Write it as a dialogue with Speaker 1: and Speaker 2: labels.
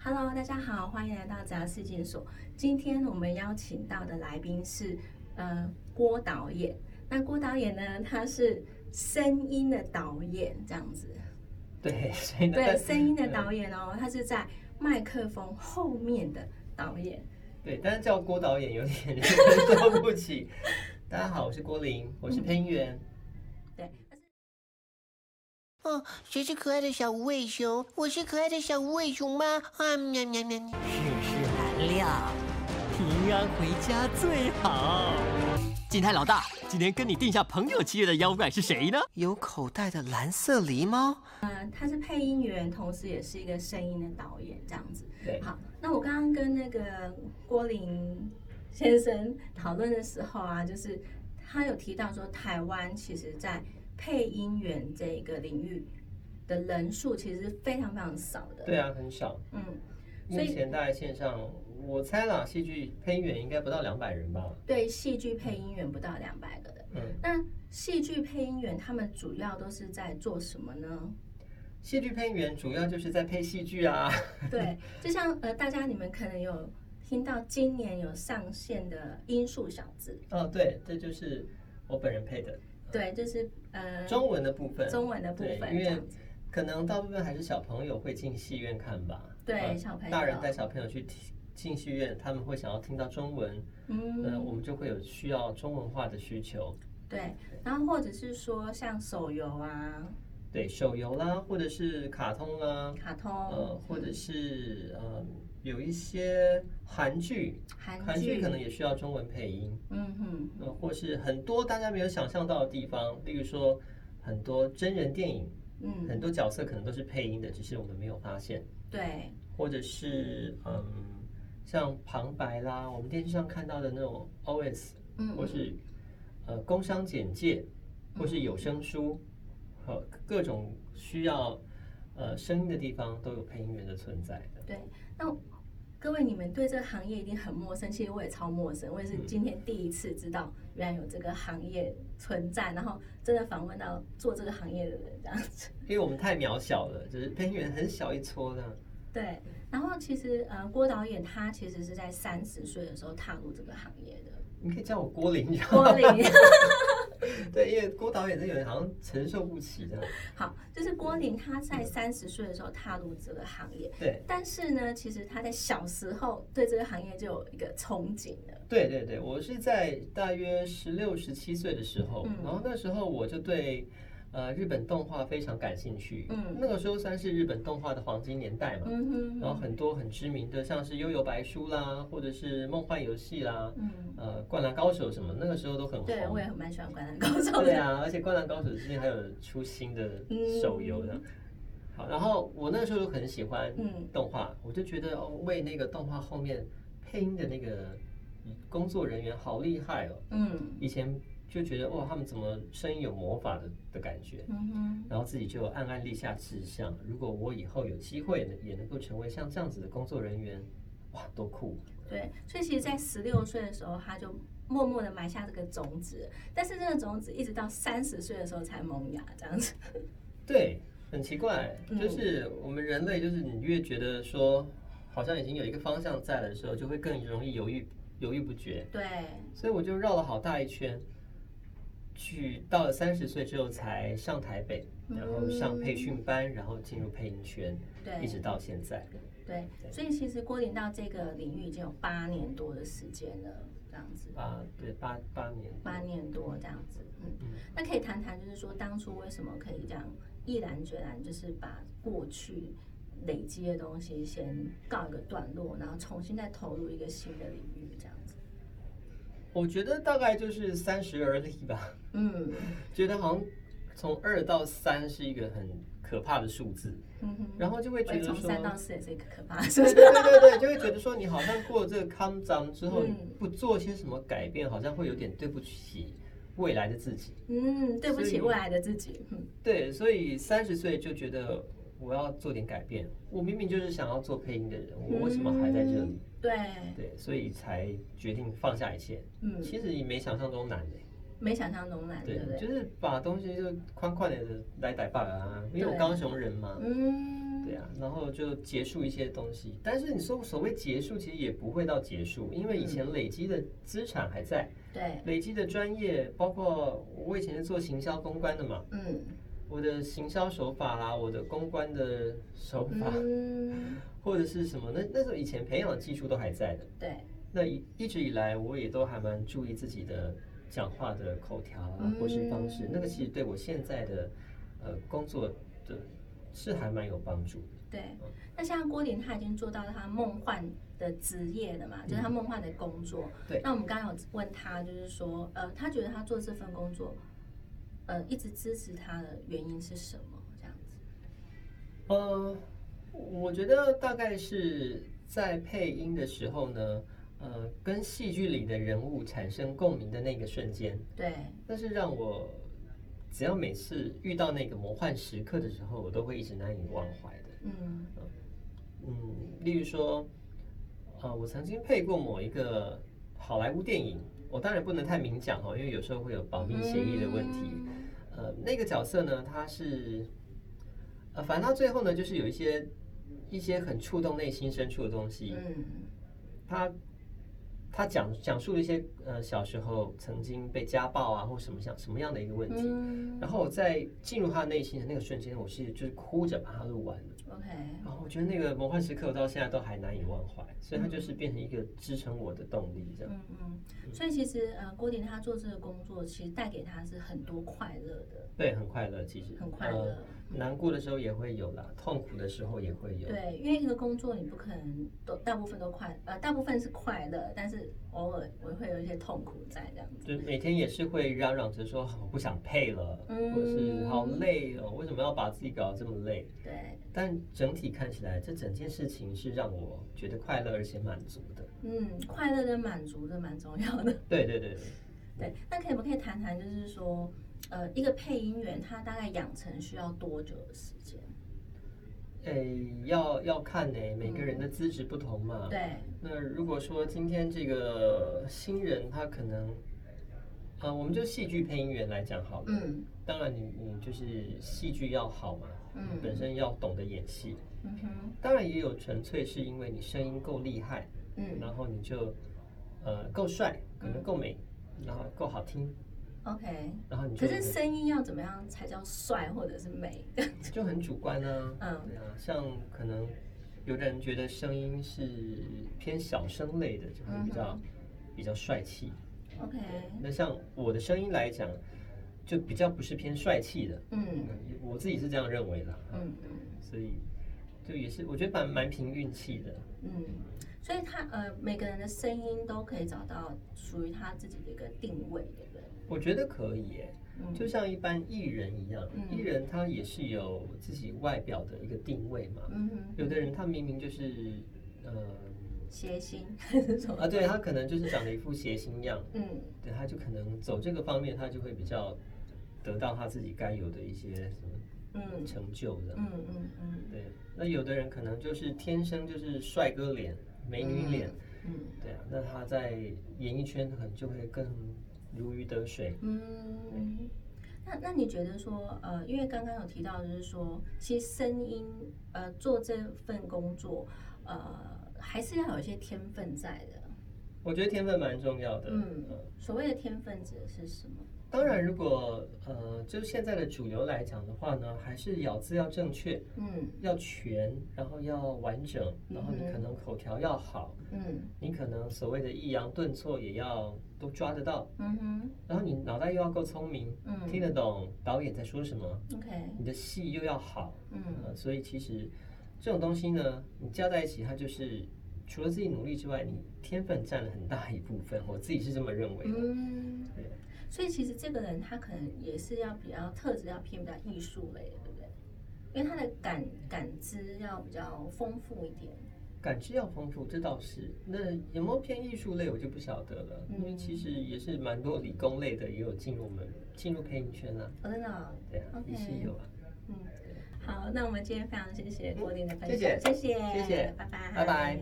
Speaker 1: Hello，大家好，欢迎来到杂事件所。今天我们邀请到的来宾是呃郭导演。那郭导演呢， 他是声音的导演，这样子。
Speaker 2: 对， 所以呢嗯
Speaker 1: 对，声音的导演哦，他是在麦克风后面的导演。
Speaker 2: 对，但是叫郭导演有点 令人说不起。大家好，我是郭林，我
Speaker 1: 嗯
Speaker 2: 是配音员。
Speaker 1: 对，
Speaker 3: 哦，谁是可爱的小无尾熊？我是可爱的小无尾熊吗？啊，喵喵喵喵！
Speaker 4: 世事难料，平安回家最好。金泰老大，今天跟你定下朋友契约的妖怪是谁呢？
Speaker 3: 有口袋的蓝色狸猫，
Speaker 1: 呃，他是配音员，同时也是一个声音的导演，这样子。
Speaker 2: 对，
Speaker 1: 好，那我刚刚跟那个郭林先生讨论的时候啊，就是他有提到说，台湾其实在配音员这一个领域的人数其实是非常非常少的。
Speaker 2: 对，啊，很少。
Speaker 1: 嗯，所
Speaker 2: 目
Speaker 1: 以
Speaker 2: 前大概线上，我猜啦，戏剧配音员应该不到两百人吧。
Speaker 1: 对戏剧配音员不到两百个人。
Speaker 2: 嗯，
Speaker 1: 那戏剧配音员他们主要都是在做什么呢？
Speaker 2: 戏剧配音员主要就是在配戏剧啊。
Speaker 1: 对， 就像呃，大家你们可能有听到今年有上线的《音速小子
Speaker 2: 哦，对，这就是我本人配的》，
Speaker 1: 对，就是呃
Speaker 2: 中文的部分。
Speaker 1: 中文的部
Speaker 2: 对
Speaker 1: 分
Speaker 2: 因
Speaker 1: 这
Speaker 2: 为
Speaker 1: 样子。
Speaker 2: 可能大部分还是小朋友会进戏院看吧。
Speaker 1: 对
Speaker 2: 啊
Speaker 1: 小朋友
Speaker 2: 大人带小朋友去听进戏院，他们会想要听到中文，那我
Speaker 1: 嗯，
Speaker 2: 们就会有需要中文化的需求。
Speaker 1: 对，然后或者是说像手游啊、
Speaker 2: 对，手游啦，或者是卡通啦，
Speaker 1: 卡
Speaker 2: 呃
Speaker 1: 通，、
Speaker 2: 或者是呃，有一些韩剧，
Speaker 1: 韩
Speaker 2: 韩剧
Speaker 1: 剧
Speaker 2: 可，能也需要中文配音，
Speaker 1: 嗯哼，
Speaker 2: 呃，或是很多大家没有想象到的地方，例如说很多真人电影，
Speaker 1: 嗯，
Speaker 2: 很多角色可能都是配音的，只是我们没有发现。
Speaker 1: 对，
Speaker 2: 或者是嗯，像旁白啦，我们电视上看到的那种 OS，
Speaker 1: 嗯，
Speaker 2: 或是呃工商简介，或是有声书，和各种需要呃声音的地方都有配音员的存在的。
Speaker 1: 对，那各位你们对这个行业一定很陌生，其实我也超陌生，我也是
Speaker 2: 嗯
Speaker 1: 今天第一次知道原来有这个行业存在，然后真的访问到做这个行业的人这样子。
Speaker 2: 因为我们太渺小了，就是配音员很小一撮的。
Speaker 1: 对，然后其实呃，郭导演他其实是在三十岁的时候踏入这个行业的。
Speaker 2: 你可以叫我郭林，你知道
Speaker 1: 郭
Speaker 2: 吗？
Speaker 1: 林，
Speaker 2: 对，因为郭导演这个人好像承受不起的。
Speaker 1: 好，就是郭林他在三十岁的时候踏入这个行业，
Speaker 2: 对，
Speaker 1: 但是呢，其实他在小时候对这个行业就有一个憧憬了。
Speaker 2: 对对对，我是在大约十六、十七岁的时候，
Speaker 1: 嗯
Speaker 2: 然后那时候我就对呃日本动画非常感兴趣。
Speaker 1: 嗯
Speaker 2: 那个时候算是日本动画的黄金年代嘛。
Speaker 1: 嗯
Speaker 2: 然后
Speaker 1: 哼，
Speaker 2: 哦很多很知名的，像是《悠游白书》啦，或者是《梦幻游戏》啦，
Speaker 1: 嗯，
Speaker 2: 呃，《灌篮高手》什么，那个时候都很红。
Speaker 1: 对我也很蛮喜欢《灌篮高手》
Speaker 2: 对
Speaker 1: 的。
Speaker 2: 啊，而且《灌篮高手》之前还有出新的
Speaker 1: 嗯
Speaker 2: 手游的。好，然后我那时候就很喜欢
Speaker 1: 嗯
Speaker 2: 动画，我就觉得、哦、为那个动画后面配音的那个工作人员好厉害哦。
Speaker 1: 嗯
Speaker 2: 以前就觉得哇，他们怎么声音有魔法的的感觉，
Speaker 1: 嗯哼，
Speaker 2: 然后自己就暗暗立下志向，如果我以后有机会呢也能够成为像这样子的工作人员，哇，多酷！
Speaker 1: 对，所以其实，在十六岁的时候，他就默默的埋下这个种子，但是这个种子一直到三十岁的时候才萌芽，这 样子。
Speaker 2: 对，很奇怪，
Speaker 1: 嗯
Speaker 2: 就是我们人类，就是你越觉得说好像已经有一个方向在了的时候，就会更容易犹豫犹豫不决。
Speaker 1: 对，
Speaker 2: 所以我就绕了好大一圈，去到了三十岁之后才上台北，
Speaker 1: 嗯
Speaker 2: 然后上培训班，然后进入配音圈，
Speaker 1: 对
Speaker 2: 一直到现在。
Speaker 1: 对，所以其实郭林到这个领域已经有八年多的时间了，这样子。
Speaker 2: 八对八八年，
Speaker 1: 八年多这样子，嗯
Speaker 2: 嗯，
Speaker 1: 那可以谈谈，就是说当初为什么可以这样毅然决然，就是把过去累积的东西先告一个段落，然后重新再投入一个新的领域，这样子。
Speaker 2: 我觉得大概就是三十而立吧，
Speaker 1: 嗯
Speaker 2: 觉得好像从二到三是一个很可怕的数字，
Speaker 1: 嗯哼，
Speaker 2: 然后就会觉
Speaker 1: 所以
Speaker 2: 得
Speaker 1: 从
Speaker 2: 说，
Speaker 1: 三到四也是一个可 怕的事情。
Speaker 2: 对对对对，就会觉得说你好像过了这个康章之后，
Speaker 1: 嗯
Speaker 2: 你不做些什么改变，好像会有点对不起未来的自己。
Speaker 1: 嗯，对不
Speaker 2: 所
Speaker 1: 起
Speaker 2: 以
Speaker 1: 未来的自己。嗯
Speaker 2: 对，所以三十岁就觉得我要做点改变。我明明就是想要做配音的人，我为什么还在这里
Speaker 1: 嗯？对，
Speaker 2: 对，所以才决定放下一切。
Speaker 1: 嗯，
Speaker 2: 其实也没想象中难的、
Speaker 1: 没想象中难，对不
Speaker 2: 对，
Speaker 1: 对？
Speaker 2: 就是把东西就宽宽的来逮把啊，因为我
Speaker 1: 对
Speaker 2: 高雄人嘛，
Speaker 1: 嗯，
Speaker 2: 对啊，然后就结束一些东西。但是你说所谓结束，其实也不会到结束，因为以
Speaker 1: 嗯
Speaker 2: 前累积的资产还在，
Speaker 1: 对，
Speaker 2: 累积的专业，包括我以前是做行销公关的嘛，
Speaker 1: 嗯
Speaker 2: 我的行销手法啦，我的公关的手法，
Speaker 1: 嗯，
Speaker 2: 或者是什么，那那时候以前培养的技术都还在的。
Speaker 1: 对，
Speaker 2: 那一一直以来，我也都还蛮注意自己的讲话的口条啊
Speaker 1: 嗯，
Speaker 2: 或是方式，那个其实对我现在的呃工作的是还蛮有帮助的。
Speaker 1: 对。那像郭林他已经做到他梦幻的职业了嘛，就是他梦幻的工作。
Speaker 2: 嗯对
Speaker 1: 那我们刚刚有问他，就是说，呃，他觉得他做这份工作，呃，一直支持他的原因是什么？这样子。
Speaker 2: 呃，我觉得大概是在配音的时候呢，呃，跟戏剧里的人物产生共鸣的那个瞬间，
Speaker 1: 对，
Speaker 2: 那是让我只要每次遇到那个魔幻时刻的时候，我都会一直难以忘怀的。
Speaker 1: 嗯
Speaker 2: 嗯，例如说，呃，我曾经配过某一个好莱坞电影，我当然不能太明讲哦，因为有时候会有保密协议的问题。
Speaker 1: 嗯
Speaker 2: 呃，那个角色呢，他是，呃，反正他最后呢，就是有一些一些很触动内心深处的东西。
Speaker 1: 嗯
Speaker 2: 他他讲讲述了一些呃小时候曾经被家暴啊或什么像什么样的一个问题。
Speaker 1: 嗯
Speaker 2: 然后我在进入他内心的那个瞬间，我是就是哭着把它录完了。
Speaker 1: ，OK，
Speaker 2: 然后我觉得那个魔幻时刻，我到现在都还难以忘怀，所以它就是变成一个支撑我的动力，这样。
Speaker 1: 嗯嗯。所以其实，呃，郭林他做这个工作，其实带给他是很多快乐的，
Speaker 2: 对，很快乐，其实
Speaker 1: 很快乐。
Speaker 2: 呃难过的时候也会有啦，痛苦的时候也会有。
Speaker 1: 对，因为一个工作你不可能都大部分都快，呃，大部分是快乐，但是偶尔我会有一些痛苦在这样子。
Speaker 2: 就每天也是会嚷嚷着说哦我不想配了，
Speaker 1: 嗯
Speaker 2: 或是好累哦，为什么要把自己搞得这么累？
Speaker 1: 对，
Speaker 2: 但整体看起来，这整件事情是让我觉得快乐而且满足的。
Speaker 1: 嗯，快乐跟满足是蛮重要的。
Speaker 2: 对对对，对
Speaker 1: 对，那可以不可以谈谈，就是说，呃，一个配音员他大概养成需要多久的时间？
Speaker 2: 诶，要要看呢、每个人的资质不同嘛。
Speaker 1: 嗯对，
Speaker 2: 那如果说今天这个新人他可能，啊，我们就戏剧配音员来讲好了。
Speaker 1: 嗯
Speaker 2: 当然你，你就是戏剧要好嘛，
Speaker 1: 嗯
Speaker 2: 本身要懂得演戏。
Speaker 1: 嗯哼，
Speaker 2: 当然也有纯粹是因为你声音够厉害，
Speaker 1: 嗯
Speaker 2: 然后你就呃够帅，可能够美，然后够好听，
Speaker 1: ，OK。
Speaker 2: 然后你就
Speaker 1: 可是声音要怎么样才叫帅或者是美？
Speaker 2: 就很主观啊。
Speaker 1: 嗯
Speaker 2: 对啊，像可能有的人觉得声音是偏小声类的，就会
Speaker 1: 嗯
Speaker 2: 比较、比较帅气。
Speaker 1: OK，
Speaker 2: 那像我的声音来讲，就比较不是偏帅气的，
Speaker 1: 嗯
Speaker 2: 嗯我自己是这样认为啦，
Speaker 1: 嗯嗯
Speaker 2: 所以就也是我觉得蛮蛮凭运气的，
Speaker 1: 嗯，所以他呃，每个人的声音都可以找到属于他自己的一个定位，对不对？
Speaker 2: 我觉得可以耶，
Speaker 1: 嗯
Speaker 2: 就像一般艺人一样，
Speaker 1: 嗯
Speaker 2: 艺人他也是有自己外表的一个定位嘛，
Speaker 1: 嗯哼，
Speaker 2: 有的人他明明就是呃
Speaker 1: 谐星 这种，
Speaker 2: 啊，对他可能就是长了一副谐星样，
Speaker 1: 嗯
Speaker 2: 对他就可能走这个方面，他就会比较得到他自己该有的一些什么
Speaker 1: 嗯
Speaker 2: 成就的。
Speaker 1: 嗯嗯嗯
Speaker 2: 对，那有的人可能就是天生就是帅哥脸、美女脸，
Speaker 1: 嗯
Speaker 2: 对啊，那他在演艺圈可能就会更如鱼得水。
Speaker 1: 嗯。那那你觉得说，呃，因为刚刚有提到，就是说，其实声音，呃，做这份工作，呃，还是要有一些天分在的。
Speaker 2: 我觉得天分蛮重要的。
Speaker 1: 嗯
Speaker 2: 呃，
Speaker 1: 所谓的天分指的是什么？
Speaker 2: 当然如果呃，就现在的主流来讲的话呢，还是咬字要正确，
Speaker 1: 嗯
Speaker 2: 要全，然后要完整，然后
Speaker 1: 嗯
Speaker 2: 你
Speaker 1: 哼
Speaker 2: 可能口条要好，
Speaker 1: 嗯
Speaker 2: 你可能所谓的抑扬顿挫也要都抓得到，
Speaker 1: 嗯哼
Speaker 2: 然后你脑袋又要够聪明，
Speaker 1: 嗯
Speaker 2: 听得懂导演在说什么，
Speaker 1: ，OK，
Speaker 2: 你的戏又要好，
Speaker 1: 嗯
Speaker 2: 呃，所以其实这种东西呢，你加在一起，它就是除了自己努力之外，你天分占了很大一部分，我自己是这么认为的。
Speaker 1: 嗯
Speaker 2: 对，
Speaker 1: 所以其实这个人他可能也是要比较特质要偏比较艺术类，对不对？因为他的感感知要比较丰富一点。
Speaker 2: 感知要丰富，这倒是。那有没有偏艺术类，我就不晓得了，因为其实
Speaker 1: 嗯
Speaker 2: 也是蛮多理工类的也有进入我们进入配音圈啊，
Speaker 1: 哦，真的哦、
Speaker 2: 对啊，也是有啊。
Speaker 1: 嗯，好，那我们今天非常谢谢郭林的分享，
Speaker 2: 谢谢
Speaker 1: 谢谢，
Speaker 2: 谢谢
Speaker 1: 拜拜，
Speaker 2: 拜拜